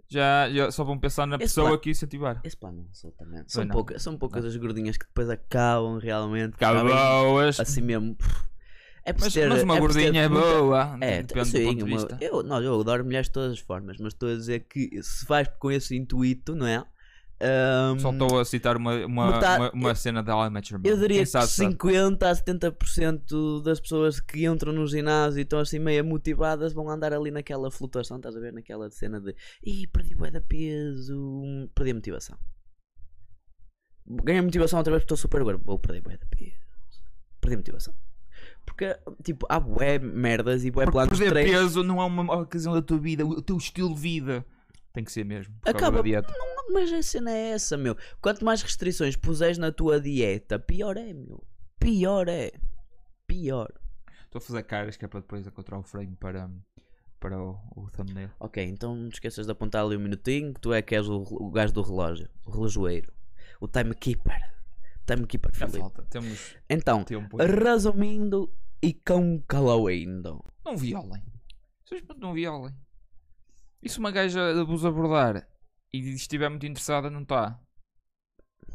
Speaker 2: já, já só vão pensar na
Speaker 3: Esse
Speaker 2: pessoa
Speaker 3: lá-
Speaker 2: que incentivar.
Speaker 3: Esse pá não sou também. São,
Speaker 2: não.
Speaker 3: pouca- são poucas as gordinhas que depois acabam realmente. que
Speaker 2: Ficar
Speaker 3: sabem
Speaker 2: boas.
Speaker 3: Assim mesmo. pff. É por
Speaker 2: Mas,
Speaker 3: ter-
Speaker 2: mas uma
Speaker 3: é por ter
Speaker 2: gordinha é
Speaker 3: muita-
Speaker 2: boa.
Speaker 3: É,
Speaker 2: depende
Speaker 3: sim,
Speaker 2: do ponto de
Speaker 3: uma-
Speaker 2: vista.
Speaker 3: eu, não, eu adoro mulheres de todas as formas, mas estou a dizer que se vais com esse intuito, não é? Ahm,
Speaker 2: Só estou a citar uma, uma,
Speaker 3: metade-
Speaker 2: uma, uma cena da All I Met Your Mother.
Speaker 3: eu diria
Speaker 2: Quem
Speaker 3: que
Speaker 2: sabe, sabe.
Speaker 3: 50 a 70% das pessoas que entram no ginásio e estão assim meio motivadas vão andar ali naquela flutuação, estás a ver? Naquela cena de Ih, perdi bué da peso, perdi a motivação. Ganhei motivação outra vez porque estou super gordo, vou perder bué da peso, perdi a motivação. Porque, tipo, há bué merdas e bué
Speaker 2: Porque
Speaker 3: planos de
Speaker 2: perder
Speaker 3: treino.
Speaker 2: peso não é uma ocasião da tua vida, o teu estilo de vida. Tem que ser mesmo. por causa
Speaker 3: Acaba-
Speaker 2: da dieta.
Speaker 3: Mas a cena é essa, meu. Quanto mais restrições puseres na tua dieta, pior é, meu. Pior é. Pior.
Speaker 2: Estou a fazer caras que é para depois encontrar o frame para, para o, o thumbnail.
Speaker 3: Ok, então não te esqueças de apontar ali um minutinho que tu é que és o, o gajo do relógio. O relojoeiro. O timekeeper. Timekeeper,
Speaker 2: Já
Speaker 3: Filipe.
Speaker 2: falta. Temos
Speaker 3: Então,
Speaker 2: tempo.
Speaker 3: resumindo e concluindo.
Speaker 2: Não violem. Simplesmente não violem. E se uma gaja vos abordar e estiver muito interessada, não está.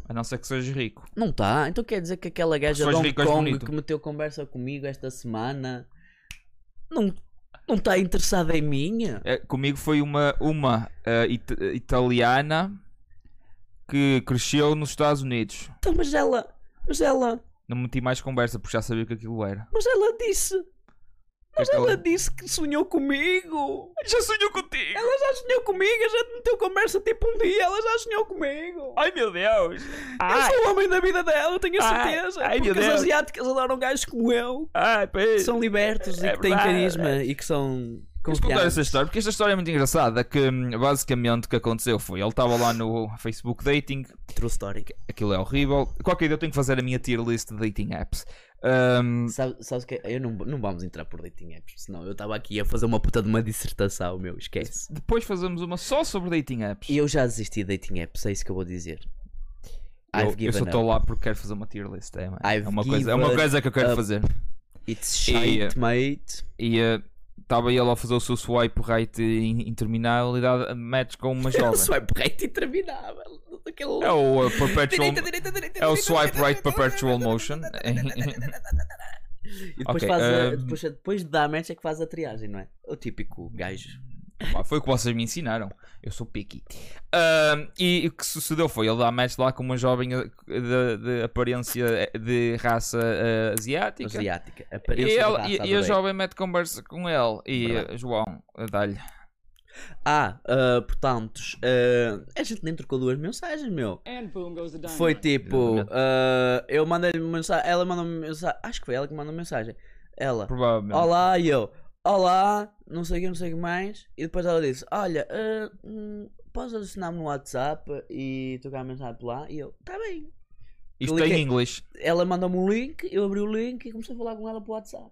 Speaker 2: A não ser que sejas rico.
Speaker 3: Não tá? Então quer dizer que aquela gaja
Speaker 2: Pessoas
Speaker 3: de Hong
Speaker 2: ricas
Speaker 3: Kong
Speaker 2: bonito.
Speaker 3: que meteu conversa comigo esta semana não não está interessada em mim?
Speaker 2: É, comigo foi uma, uma eh, it- italiana que cresceu nos Estados Unidos.
Speaker 3: Então, mas ela. Mas ela.
Speaker 2: Não meti mais conversa porque já sabia que aquilo era.
Speaker 3: Mas ela disse. Mas
Speaker 2: Aquela-
Speaker 3: ela disse que sonhou comigo.
Speaker 2: Já sonhou contigo!
Speaker 3: Ela já sonhou comigo, a gente meteu conversa tipo um dia, ela já sonhou comigo.
Speaker 2: Ai meu Deus! Ai,
Speaker 3: Eu sou o homem da vida dela, tenho a
Speaker 2: Ai,
Speaker 3: certeza.
Speaker 2: ai, meu
Speaker 3: porque as
Speaker 2: Deus.
Speaker 3: asiáticas adoram gajos como eu,
Speaker 2: ai,
Speaker 3: que
Speaker 2: peraí.
Speaker 3: são libertos e
Speaker 2: É
Speaker 3: que têm
Speaker 2: verdade.
Speaker 3: carisma e que são
Speaker 2: Vamos contar essa
Speaker 3: confiantes.
Speaker 2: história, porque esta história é muito engraçada. Que hum, basicamente o que aconteceu foi: ele estava lá no Facebook Dating,
Speaker 3: True story.
Speaker 2: aquilo é horrível. Qualquer dia eu tenho que fazer a minha tier list de dating apps. Ahm,
Speaker 3: Sabe- sabes que eu não, não vamos entrar por dating apps, senão eu estava aqui a fazer uma puta de uma dissertação, meu, esquece.
Speaker 2: depois fazemos uma só sobre dating apps.
Speaker 3: E eu já desisti de dating apps, é isso que eu vou dizer.
Speaker 2: Eu-
Speaker 3: I've
Speaker 2: eu,
Speaker 3: given
Speaker 2: só estou
Speaker 3: up.
Speaker 2: lá porque quero fazer uma tier list. É, é
Speaker 3: I've
Speaker 2: uma, coisa, é uma
Speaker 3: given
Speaker 2: coisa que eu quero
Speaker 3: up.
Speaker 2: fazer.
Speaker 3: It's shit, mate.
Speaker 2: E eh, estava ele a fazer o seu swipe right in- interminável e match com
Speaker 3: (laughs)
Speaker 2: uma
Speaker 3: O
Speaker 2: jovem.
Speaker 3: swipe right interminável. Aquele...
Speaker 2: É o uh, Perpetual.
Speaker 3: (laughs) Direita, direita, direita,
Speaker 2: É o
Speaker 3: direita,
Speaker 2: swipe
Speaker 3: direita,
Speaker 2: right
Speaker 3: direita,
Speaker 2: perpetual
Speaker 3: direita,
Speaker 2: motion.
Speaker 3: (laughs) E depois,
Speaker 2: Ok, um,
Speaker 3: faz a,
Speaker 2: ahm.
Speaker 3: depois, depois da match é que faz a triagem, não é? O típico gajo.
Speaker 2: Pá, foi o que vocês me ensinaram. Eu sou picky. Ahm, e o que sucedeu foi ele dar match lá com uma jovem eh, de, de aparência eh, de raça eh, asiática.
Speaker 3: Asiática.
Speaker 2: E,
Speaker 3: Aparência de
Speaker 2: ele-
Speaker 3: raça,
Speaker 2: e- e a
Speaker 3: adorei.
Speaker 2: jovem mete conversa com ele. E
Speaker 3: Verdade.
Speaker 2: eh, João, eh, dá-lhe.
Speaker 3: Ah, ah, portanto, ah, a gente nem trocou duas mensagens, meu. Foi tipo,
Speaker 2: Exatamente.
Speaker 3: ah, eu mandei-lhe uma mensagem. Ela mandou-me mensagem. Acho que foi ela que mandou mensagem. Ela.
Speaker 2: Provavelmente.
Speaker 3: Olá, e eu. Olá, não sei o que, não sei o que mais. E depois ela disse: Olha, ah, hum, podes adicionar-me no WhatsApp e tocar a mensagem por lá? E eu: Tá bem.
Speaker 2: Isto
Speaker 3: cliquei.
Speaker 2: é em inglês.
Speaker 3: Ela mandou-me um link, eu abri o link e comecei a falar com ela pelo WhatsApp.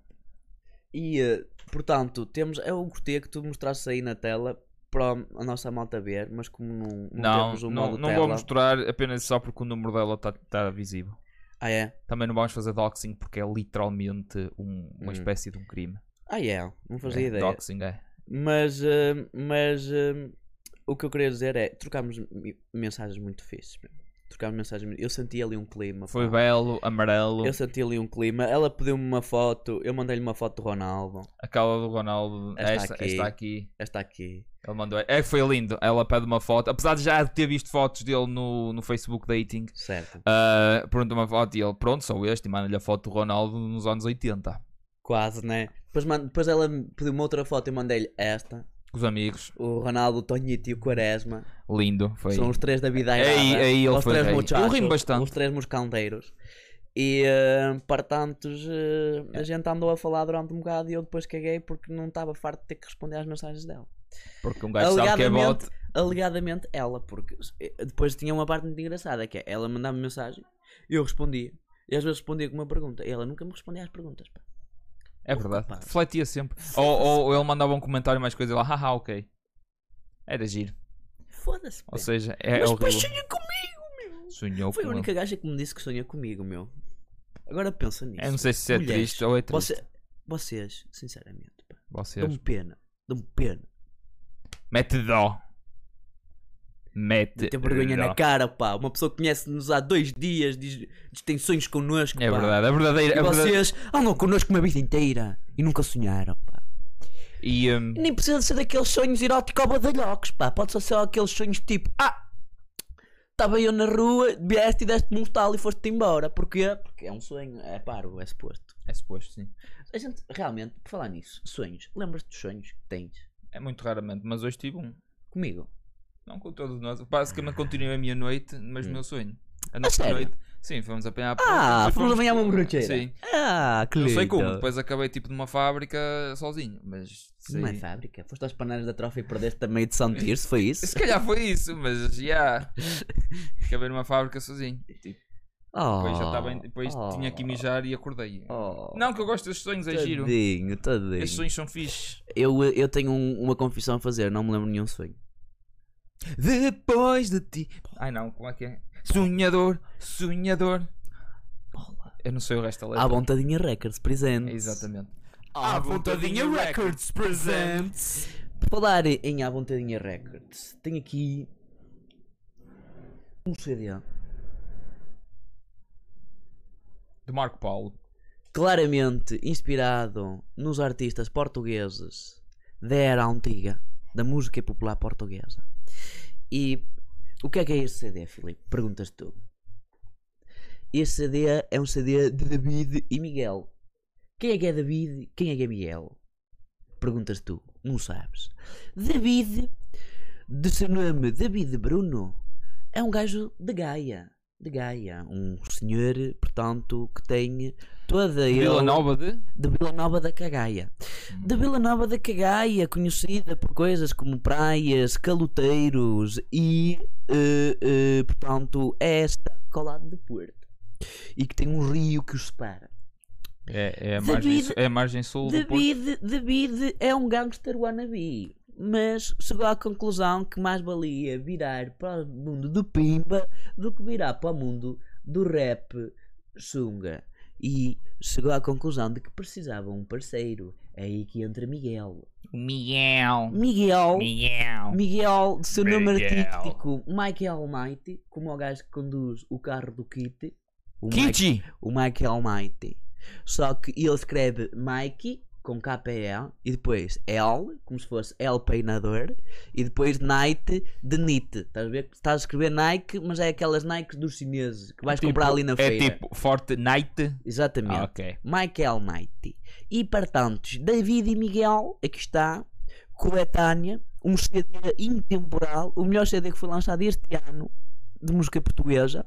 Speaker 3: E, ah, portanto, temos. Eu gostei que tu mostraste aí na tela para a nossa malta ver, mas como não, não
Speaker 2: Não,
Speaker 3: temos o
Speaker 2: não,
Speaker 3: modo
Speaker 2: não
Speaker 3: tela.
Speaker 2: vou mostrar apenas só porque o número dela está visível.
Speaker 3: Ah, é?
Speaker 2: Também não vamos fazer doxing porque é literalmente um- uma
Speaker 3: Hum.
Speaker 2: espécie de um crime.
Speaker 3: Ah, é? Não fazia
Speaker 2: É,
Speaker 3: ideia.
Speaker 2: Doxing, é.
Speaker 3: Mas, ah, mas ah, o que eu queria dizer é trocámos mi- mensagens muito fixes. meu. Trocámos mensagens. muito- Eu senti ali um clima.
Speaker 2: Foi
Speaker 3: pá.
Speaker 2: belo, amarelo.
Speaker 3: Eu senti ali um clima. Ela pediu-me uma foto. Eu mandei-lhe uma foto do Ronaldo.
Speaker 2: Aquela do Ronaldo,
Speaker 3: Esta
Speaker 2: esta,
Speaker 3: aqui.
Speaker 2: esta aqui.
Speaker 3: Esta aqui.
Speaker 2: Ele mandou. É, foi lindo. Ela pede uma foto. Apesar de já ter visto fotos dele no, no Facebook Dating,
Speaker 3: Certo.
Speaker 2: ah, pronto, uma foto e ele, pronto, sou este. E manda-lhe a foto do Ronaldo nos anos 80.
Speaker 3: Quase, né? Depois, man- depois ela me pediu-me outra foto. Eu mandei-lhe esta.
Speaker 2: Com os amigos.
Speaker 3: O Ronaldo, o Tonhito e o Quaresma.
Speaker 2: Lindo. Foi.
Speaker 3: São os três da vida
Speaker 2: Aí-
Speaker 3: errada.
Speaker 2: aí ele
Speaker 3: os
Speaker 2: foi
Speaker 3: três
Speaker 2: rei.
Speaker 3: muchachos,
Speaker 2: Eu ri-me bastante.
Speaker 3: Os três moscandeiros. E, eh, portanto, eh, a gente andou a falar durante um bocado e eu depois caguei porque não estava farto de ter que responder às mensagens dela.
Speaker 2: Porque um gajo sabe que é
Speaker 3: Alegadamente-
Speaker 2: bote.
Speaker 3: Alegadamente ela, porque eh, depois tinha uma parte muito engraçada que é ela mandava -me mensagem e eu respondia. E às vezes respondia com uma pergunta. E ela nunca me respondia às perguntas. pá.
Speaker 2: É verdade.
Speaker 3: Opa.
Speaker 2: Refletia sempre. Ou, ou- ou ele mandava um comentário mais coisa e lá, haha, ok. Era giro.
Speaker 3: Foda-se. pá.
Speaker 2: Ou seja, é
Speaker 3: Mas depois
Speaker 2: horrível.
Speaker 3: sonha comigo, meu.
Speaker 2: Sonhou
Speaker 3: Foi
Speaker 2: com
Speaker 3: a única gaja que me disse que sonha comigo, meu. Agora pensa nisso.
Speaker 2: ele. Eu não sei se é
Speaker 3: Mulheres,
Speaker 2: triste ou é triste.
Speaker 3: Você- vocês, sinceramente, pá,
Speaker 2: Vocês.
Speaker 3: dão-me pena. Dão-me pena.
Speaker 2: Mete dó. Mete.
Speaker 3: Tem vergonha
Speaker 2: dó.
Speaker 3: na cara, pá. Uma pessoa que conhece-nos há dois dias diz, diz que tem sonhos connosco,
Speaker 2: É
Speaker 3: pá.
Speaker 2: verdade, é verdadeira.
Speaker 3: E
Speaker 2: é verdade-
Speaker 3: vocês andam connosco uma vida inteira e nunca sonharam, pá.
Speaker 2: E, hum,
Speaker 3: Nem precisa ser daqueles sonhos erótico badalhocos, pá. Pode só ser aqueles sonhos tipo, ah, estava eu na rua, vieste e deste-me um estalo e foste-te embora. Porquê? Porque é um sonho, é paro, é suposto.
Speaker 2: é suposto, sim.
Speaker 3: A gente, realmente, por falar nisso, sonhos. Lembras-te dos sonhos que tens
Speaker 2: É muito raramente, mas hoje tive um.
Speaker 3: comigo?
Speaker 2: Não com todos nós. Basicamente continuei a minha noite, mas no meu sonho. A nossa
Speaker 3: Hum. sério?
Speaker 2: noite. Sim, fomos apanhar a
Speaker 3: Ah,
Speaker 2: depois
Speaker 3: fomos apanhar uma borracheira.
Speaker 2: Sim.
Speaker 3: Ah, que
Speaker 2: Não
Speaker 3: lindo.
Speaker 2: sei como, depois acabei tipo numa fábrica sozinho, mas sim.
Speaker 3: Numa fábrica. Foste aos panários da trofa e perdeste também de São Tirso, foi
Speaker 2: (laughs)
Speaker 3: isso?
Speaker 2: Se calhar foi isso, mas já. Acabei numa fábrica sozinho. Tipo,
Speaker 3: Oh,
Speaker 2: depois já estava. em- Depois
Speaker 3: oh,
Speaker 2: tinha que mijar e acordei.
Speaker 3: Oh,
Speaker 2: Não, que eu gosto destes sonhos, é giro.
Speaker 3: tadinho, tadinho.
Speaker 2: Estes sonhos são fixes.
Speaker 3: Eu, eu tenho um- uma confissão a fazer, não me lembro nenhum sonho. Depois de ti.
Speaker 2: Ai não, como é que é? Sonhador, sonhador.
Speaker 3: Bola.
Speaker 2: Eu não sei o resto da letra.
Speaker 3: À vontadinha Records presente.
Speaker 2: Exatamente.
Speaker 3: À vontadinha Records presente. Falar em À vontadinha Records, tenho aqui um CD.
Speaker 2: De Marco Paulo.
Speaker 3: claramente inspirado nos artistas portugueses da era antiga, da música popular portuguesa. E o que é que é este CD, Filipe? Perguntas tu. Este CD é um CD de David e Miguel. Quem é que é David? Quem é que é Miguel? Perguntas tu. Não sabes. David, de seu nome David Bruno, é um gajo de Gaia. De Gaia. Um senhor, portanto, que tem toda
Speaker 2: Vila
Speaker 3: ele-
Speaker 2: Nova de?
Speaker 3: de Vila Nova da Cagaia. De Vila Nova da Cagaia, conhecida por coisas como praias, caloteiros e, eh, eh, portanto, é esta colado de Porto. E que tem um rio que os separa.
Speaker 2: É, é, a,
Speaker 3: David-
Speaker 2: margem, su- é a margem sul do Porto.
Speaker 3: David, David é um gangster wannabe, mas chegou à conclusão que mais valia virar para o mundo do Pimba do que virar para o mundo do rap sunga. E chegou à conclusão de que precisava um parceiro. É aí que entra Miguel.
Speaker 2: Miguel.
Speaker 3: Miguel,
Speaker 2: Miguel.
Speaker 3: Miguel, de seu nome
Speaker 2: Miguel.
Speaker 3: artístico Michael Almighty, como o gajo que conduz o carro do Kitty. O Mike-
Speaker 2: Kichi.
Speaker 3: o Mike Almighty. Só que ele escreve Mikey com KPL e depois L, como se fosse L peinador, e depois Night de Nite. Estás a ver? Estás a escrever Nike, mas é aquelas Nikes dos chineses que vais comprar ali na
Speaker 2: É
Speaker 3: feira.
Speaker 2: tipo Fortnite.
Speaker 3: Exatamente.
Speaker 2: Ah, ok.
Speaker 3: Michael Almighty. E portanto, David e Miguel, aqui está, coletânea, um CD intemporal, o melhor CD que foi lançado este ano de música portuguesa.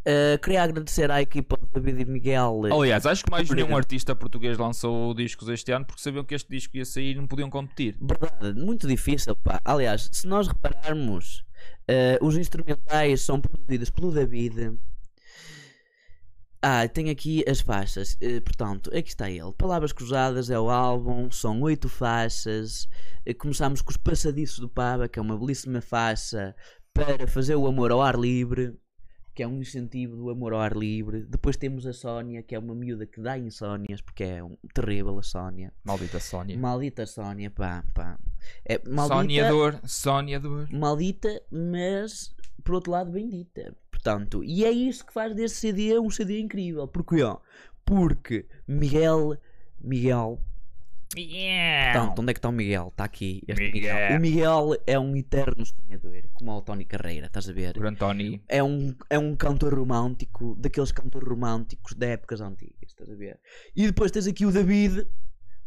Speaker 3: Uh, queria agradecer à equipa de David e Miguel. eh,
Speaker 2: Aliás, acho que mais
Speaker 3: Obrigado.
Speaker 2: nenhum artista português lançou discos este ano porque sabiam que este disco ia sair e não podiam competir.
Speaker 3: Verdade, muito difícil, pá. Aliás, se nós repararmos, eh, os instrumentais são produzidos pelo David. Ah, tem aqui as faixas. Eh, portanto, aqui está ele. Palavras Cruzadas é o álbum, são oito faixas. Eh, começámos com os Passadiços do Paba, que é uma belíssima faixa para fazer o amor ao ar livre, que é um incentivo do amor ao ar livre. Depois temos a Sónia, que é uma miúda que dá insónias, porque é um, terrível a Sónia.
Speaker 2: Maldita Sónia.
Speaker 3: Maldita Sónia, pá, pá. É maldita,
Speaker 2: Sónia Dor. Sónia Dor.
Speaker 3: maldita, mas por outro lado bendita. Portanto, e é isso que faz deste CD um CD incrível. Porque, ó, porque Miguel, Miguel,
Speaker 2: Miguel.
Speaker 3: portanto, onde é que está o Miguel? Está aqui, este
Speaker 2: Então, Miguel.
Speaker 3: Miguel. O Miguel é um eterno sonhador, como é o Tony Carreira, estás a ver?
Speaker 2: Por António.
Speaker 3: é um, é um cantor romântico, daqueles cantores românticos da épocas antigas, estás a ver? E depois tens aqui o David,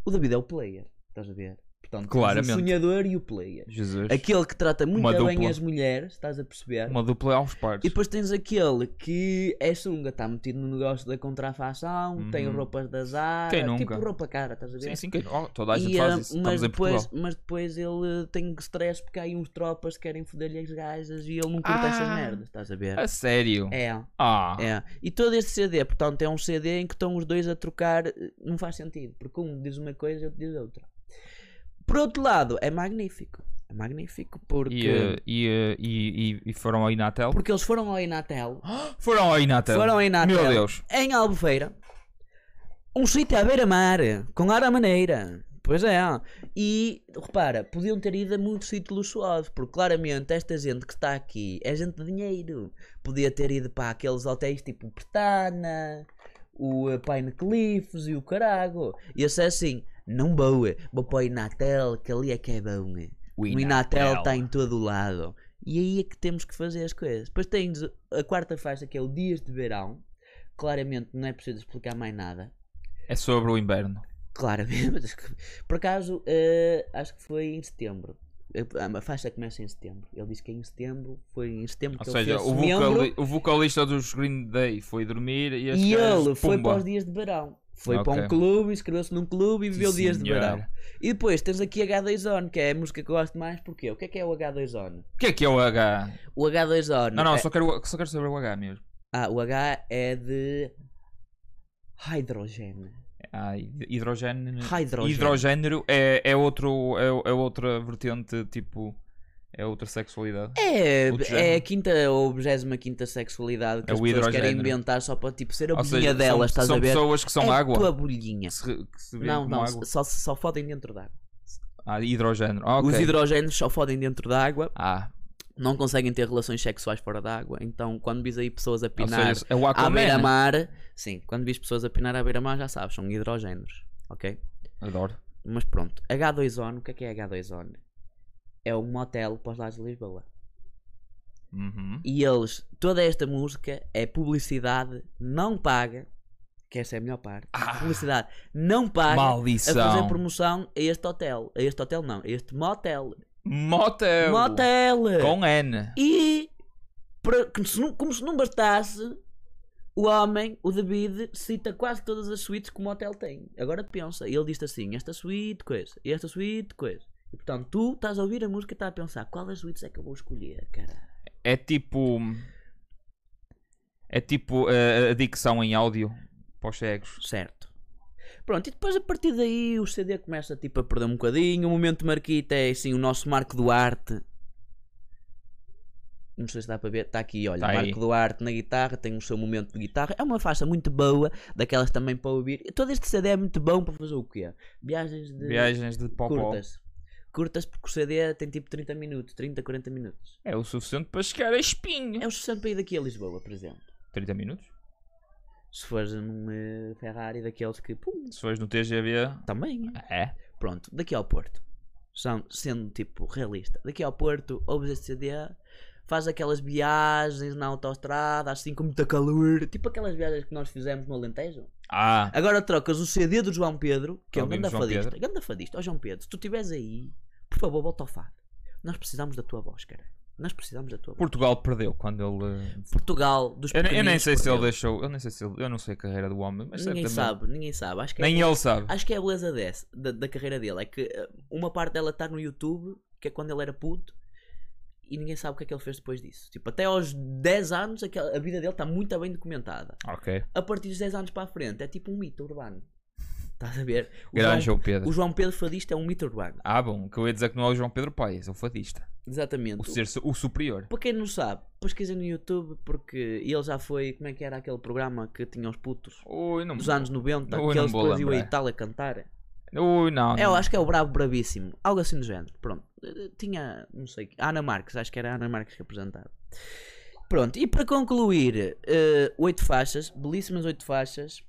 Speaker 3: o David é o player, estás a ver? Portanto,
Speaker 2: Claramente.
Speaker 3: tens o sonhador e o player.
Speaker 2: Jesus.
Speaker 3: Aquele que trata muito
Speaker 2: Uma
Speaker 3: bem
Speaker 2: dupla.
Speaker 3: as mulheres, estás a perceber?
Speaker 2: Uma dupla aos
Speaker 3: E
Speaker 2: pares.
Speaker 3: depois tens aquele que é sunga, está metido no negócio da contrafação, tem
Speaker 2: Uhum.
Speaker 3: roupas da Zara,
Speaker 2: Quem nunca?
Speaker 3: tipo roupa cara, estás a ver?
Speaker 2: Sim, sim, que- oh, toda a gente
Speaker 3: E,
Speaker 2: faz
Speaker 3: ah,
Speaker 2: isso.
Speaker 3: mas,
Speaker 2: Estamos em
Speaker 3: depois,
Speaker 2: Portugal.
Speaker 3: mas depois ele tem stress porque há aí uns tropas que querem foder-lhe as gajas e ele não curta essas
Speaker 2: Ah.
Speaker 3: merdas, estás a ver?
Speaker 2: A sério?
Speaker 3: É,
Speaker 2: Ah,
Speaker 3: é. E todo este CD, portanto, é um CD em que estão os dois a trocar, eh, não faz sentido, porque um diz uma coisa e outro diz outra. Por outro lado, é magnífico. É magnífico porque,
Speaker 2: E, eh, e, eh, e, e- e foram ao Inatel?
Speaker 3: porque eles foram ao Inatel.
Speaker 2: Foram ao Inatel.
Speaker 3: Foram ao Inatel.
Speaker 2: Meu Deus.
Speaker 3: em Albufeira, um sítio à beira-mar, com ar à maneira. Pois é. E repara, podiam ter ido a muito sítio luxuoso, porque claramente esta gente que está aqui é gente de dinheiro. Podia ter ido para aqueles hotéis tipo Petana, o eh, Pine Cliffs e o carago. E esse é assim, não vou, eh, vou para o Inatel, que ali é que é bom. eh. O Inatel está em todo o lado. E aí é que temos que fazer as coisas. Depois tens a quarta faixa que é o Dias de Verão. Claramente não é preciso explicar mais nada. (laughs)
Speaker 2: É sobre o inverno.
Speaker 3: Claramente. mas que- Por acaso, eh, acho que foi em setembro. Eh, A faixa começa em setembro. Ele disse que é em setembro foi em setembro
Speaker 2: Ou
Speaker 3: que
Speaker 2: seja,
Speaker 3: ele fez
Speaker 2: o,
Speaker 3: membro,
Speaker 2: vocali- o vocalista dos Green Day foi dormir e este
Speaker 3: e
Speaker 2: gajo,
Speaker 3: ele foi
Speaker 2: pumba.
Speaker 3: para os dias de verão. Foi para um
Speaker 2: Ok.
Speaker 3: clube, inscreveu-se num clube e viveu
Speaker 2: Sim,
Speaker 3: dias de
Speaker 2: senhora.
Speaker 3: verão. E depois tens aqui H2On, que é a música que eu gosto mais. Porquê? O que é que é o H2On?
Speaker 2: O que é que é o H?
Speaker 3: O H2On.
Speaker 2: Não, não,
Speaker 3: é-
Speaker 2: só quero, só quero saber o H mesmo.
Speaker 3: Ah, o H é de hidrogênio.
Speaker 2: Ah, hid- hidrogênio.
Speaker 3: Hidrogênio.
Speaker 2: Hidrogênero é, é, outro, é, é outra vertente, tipo. É outra sexualidade.
Speaker 3: É,
Speaker 2: Outro
Speaker 3: é
Speaker 2: género.
Speaker 3: a quinta ou vigésima quinta sexualidade que
Speaker 2: É
Speaker 3: as
Speaker 2: o
Speaker 3: pessoas querem
Speaker 2: hidrogênero.
Speaker 3: inventar só para tipo ser a
Speaker 2: Ou
Speaker 3: bolhinha
Speaker 2: seja,
Speaker 3: delas,
Speaker 2: são,
Speaker 3: estás
Speaker 2: são
Speaker 3: a ver?
Speaker 2: pessoas que são
Speaker 3: é
Speaker 2: água.
Speaker 3: A tua bolhinha.
Speaker 2: Que se, re- que se vê
Speaker 3: Não,
Speaker 2: como
Speaker 3: não,
Speaker 2: água.
Speaker 3: só, só fodem dentro d'água.
Speaker 2: Ah, hidrogênero. Ah, ok.
Speaker 3: Os hidrogénios só fodem dentro d'água,
Speaker 2: Ah,
Speaker 3: não conseguem ter relações sexuais fora d'água. Então, quando vis aí pessoas a
Speaker 2: ou
Speaker 3: pinar
Speaker 2: seja, é o
Speaker 3: à
Speaker 2: Aquaman.
Speaker 3: beira-mar, sim, quando vis pessoas a pinar à beira-mar, já sabes, são hidrogénios, ok?
Speaker 2: Adoro.
Speaker 3: Mas pronto, H2ON, o que é que é H2ON? É um motel para os lados de Lisboa.
Speaker 2: Uhum.
Speaker 3: E eles, toda esta música é publicidade não paga, que essa é a melhor parte.
Speaker 2: Ah.
Speaker 3: publicidade não paga
Speaker 2: Maldição.
Speaker 3: a fazer promoção a este hotel. A este hotel não, a este motel.
Speaker 2: Motel.
Speaker 3: Motel!
Speaker 2: Com N.
Speaker 3: E para- que se não- como se não bastasse, o homem, o David, cita quase todas as suítes que o motel tem. Agora pensa, ele diz assim: esta suíte, coisa, e esta suíte, coisa. E portanto, tu estás a ouvir a música e estás a pensar: qual das suítes é que eu vou escolher, cara?
Speaker 2: É tipo. É tipo eh, a dicção em áudio para os cegos.
Speaker 3: Certo. Pronto, e depois a partir daí o CD começa tipo a perder um bocadinho. O momento de Marquita é assim o nosso Marco Duarte. Não sei se dá para ver, está aqui, olha,
Speaker 2: Tá aí.
Speaker 3: Marco Duarte na guitarra, tem o seu momento de guitarra. É uma faixa muito boa, daquelas também para ouvir. E Todo este CD é muito bom para fazer o quê? Viagens de
Speaker 2: Viagens de popó.
Speaker 3: Eh, curtas. Curtas porque o CD tem tipo 30 minutos, 30, 40 minutos.
Speaker 2: É o suficiente para chegar a espinho.
Speaker 3: É o suficiente para ir daqui a Lisboa, por exemplo.
Speaker 2: 30 minutos.
Speaker 3: Se fores num eh, Ferrari daqueles que, pum,
Speaker 2: Se fores no TGV.
Speaker 3: também.
Speaker 2: É.
Speaker 3: Pronto, daqui ao Porto. São- sendo tipo realista. Daqui ao Porto, ouves este CD, faz aquelas viagens na autostrada, assim com muito calor. Tipo aquelas viagens que nós fizemos no Alentejo.
Speaker 2: Ah,
Speaker 3: Agora trocas o CD do João Pedro, que é um
Speaker 2: Ouvimos
Speaker 3: ganda
Speaker 2: João
Speaker 3: fadista.
Speaker 2: Pedro.
Speaker 3: Ganda fadista. Ó João Pedro, se tu estiveres aí, por favor, volta ao fado. Nós precisamos da tua voz, cara. Nós precisamos da tua voz.
Speaker 2: Portugal perdeu quando ele.
Speaker 3: Portugal, dos
Speaker 2: Eu, ne- eu nem
Speaker 3: pequeninos,
Speaker 2: sei se ele
Speaker 3: perdeu.
Speaker 2: deixou. Eu nem sei se ele. Eu não sei a carreira do homem, mas
Speaker 3: Ninguém
Speaker 2: certamente-
Speaker 3: sabe, ninguém sabe. Acho que é
Speaker 2: Nem ele sabe.
Speaker 3: Acho que é a beleza desse, da, da carreira dele. É que eh, uma parte dela está no YouTube, que é quando ele era puto, e ninguém sabe o que é que ele fez depois disso. Tipo, até aos 10 anos aquela- a vida dele está muito bem documentada.
Speaker 2: Ok.
Speaker 3: A partir dos 10 anos para a frente é tipo um mito urbano. (laughs) Estás a ver? O
Speaker 2: Grande
Speaker 3: João,
Speaker 2: João Pedro.
Speaker 3: o João Pedro Fadista é um mito urbano.
Speaker 2: Ah, bom, o que eu ia dizer que não é o João Pedro Paes, é o fadista.
Speaker 3: Exatamente.
Speaker 2: O ser su- o superior.
Speaker 3: Para quem não sabe, pesquisa no YouTube porque ele já foi, como é que era aquele programa que tinha os putos
Speaker 2: Ui, não.
Speaker 3: dos anos 90,
Speaker 2: Eu
Speaker 3: que
Speaker 2: não
Speaker 3: eles
Speaker 2: vou
Speaker 3: depois iam a
Speaker 2: lembrar.
Speaker 3: Itália cantar.
Speaker 2: Ui, não.
Speaker 3: É, eu acho que é o Bravo Bravíssimo. Algo assim do género. Pronto. Eh, Tinha, não sei. a Ana Marques, acho que era a Ana Marques que apresentava. Pronto, e para concluir, eh, oito faixas, belíssimas oito faixas.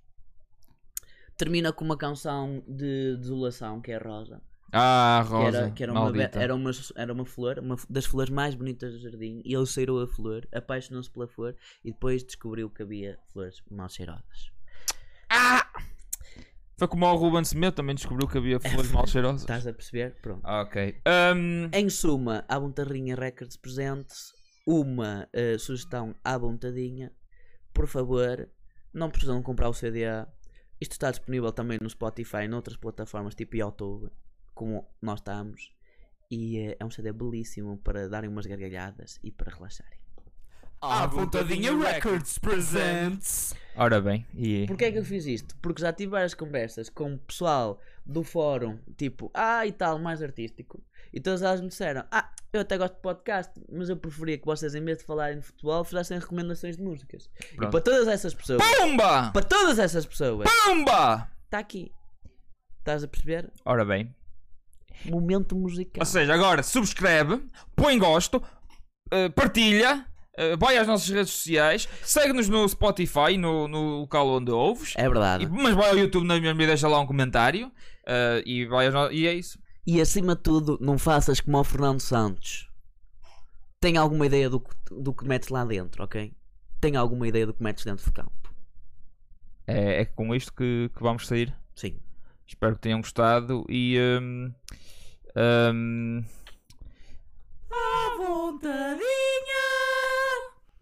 Speaker 3: Termina com uma canção de desolação, que é a Rosa.
Speaker 2: Ah,
Speaker 3: Que
Speaker 2: Rosa.
Speaker 3: era, que era, uma, be-
Speaker 2: maldita.
Speaker 3: era, uma, era uma flor, uma f- das flores mais bonitas do jardim. E ele cheirou a flor, apaixonou-se pela flor e depois descobriu que havia flores mal cheirosas.
Speaker 2: Ah! Foi como o Ruben Smith também descobriu que
Speaker 3: É
Speaker 2: havia flores mal cheirosas.
Speaker 3: Estás a perceber? Pronto.
Speaker 2: Ok. Um, Ahm,
Speaker 3: Em suma, à vontadinha Records presentes, uma eh, sugestão à vontadinha. Por favor, não precisam comprar o CD. Isto está disponível também no Spotify e noutras plataformas tipo YouTube, como nós estamos. E eh, é um CD belíssimo para darem umas gargalhadas e para relaxarem.
Speaker 2: À Vontadinha Records
Speaker 1: presents.
Speaker 2: Ora bem, e.
Speaker 3: Porquê é que eu fiz isto? Porque já tive várias conversas com o pessoal do fórum, tipo, ah, e tal, mais artístico. E todas elas me disseram, ah, eu até gosto de podcast, mas eu preferia que vocês, em vez de falarem de futebol, fizessem recomendações de músicas. E
Speaker 2: Pronto.
Speaker 3: para todas essas pessoas,
Speaker 2: Pumba!
Speaker 3: para todas essas pessoas,
Speaker 2: Pumba!
Speaker 3: está aqui. Estás a perceber?
Speaker 2: Ora bem.
Speaker 3: Momento musical.
Speaker 2: Ou seja, agora subscreve, põe gosto, eh, partilha, eh, vai às nossas redes sociais, segue-nos no Spotify, no, no local onde ouves.
Speaker 3: É verdade.
Speaker 2: E- mas vai ao YouTube na mesma e deixa lá um comentário. eh, e, vai às no- e é isso.
Speaker 3: E acima de tudo, não faças como o Fernando Santos. Tem alguma ideia do que, do que metes lá dentro, ok? Tem alguma ideia do que metes dentro do campo.
Speaker 2: É, é com isto que, que vamos sair.
Speaker 3: Sim.
Speaker 2: Espero que tenham gostado e. hum, hum,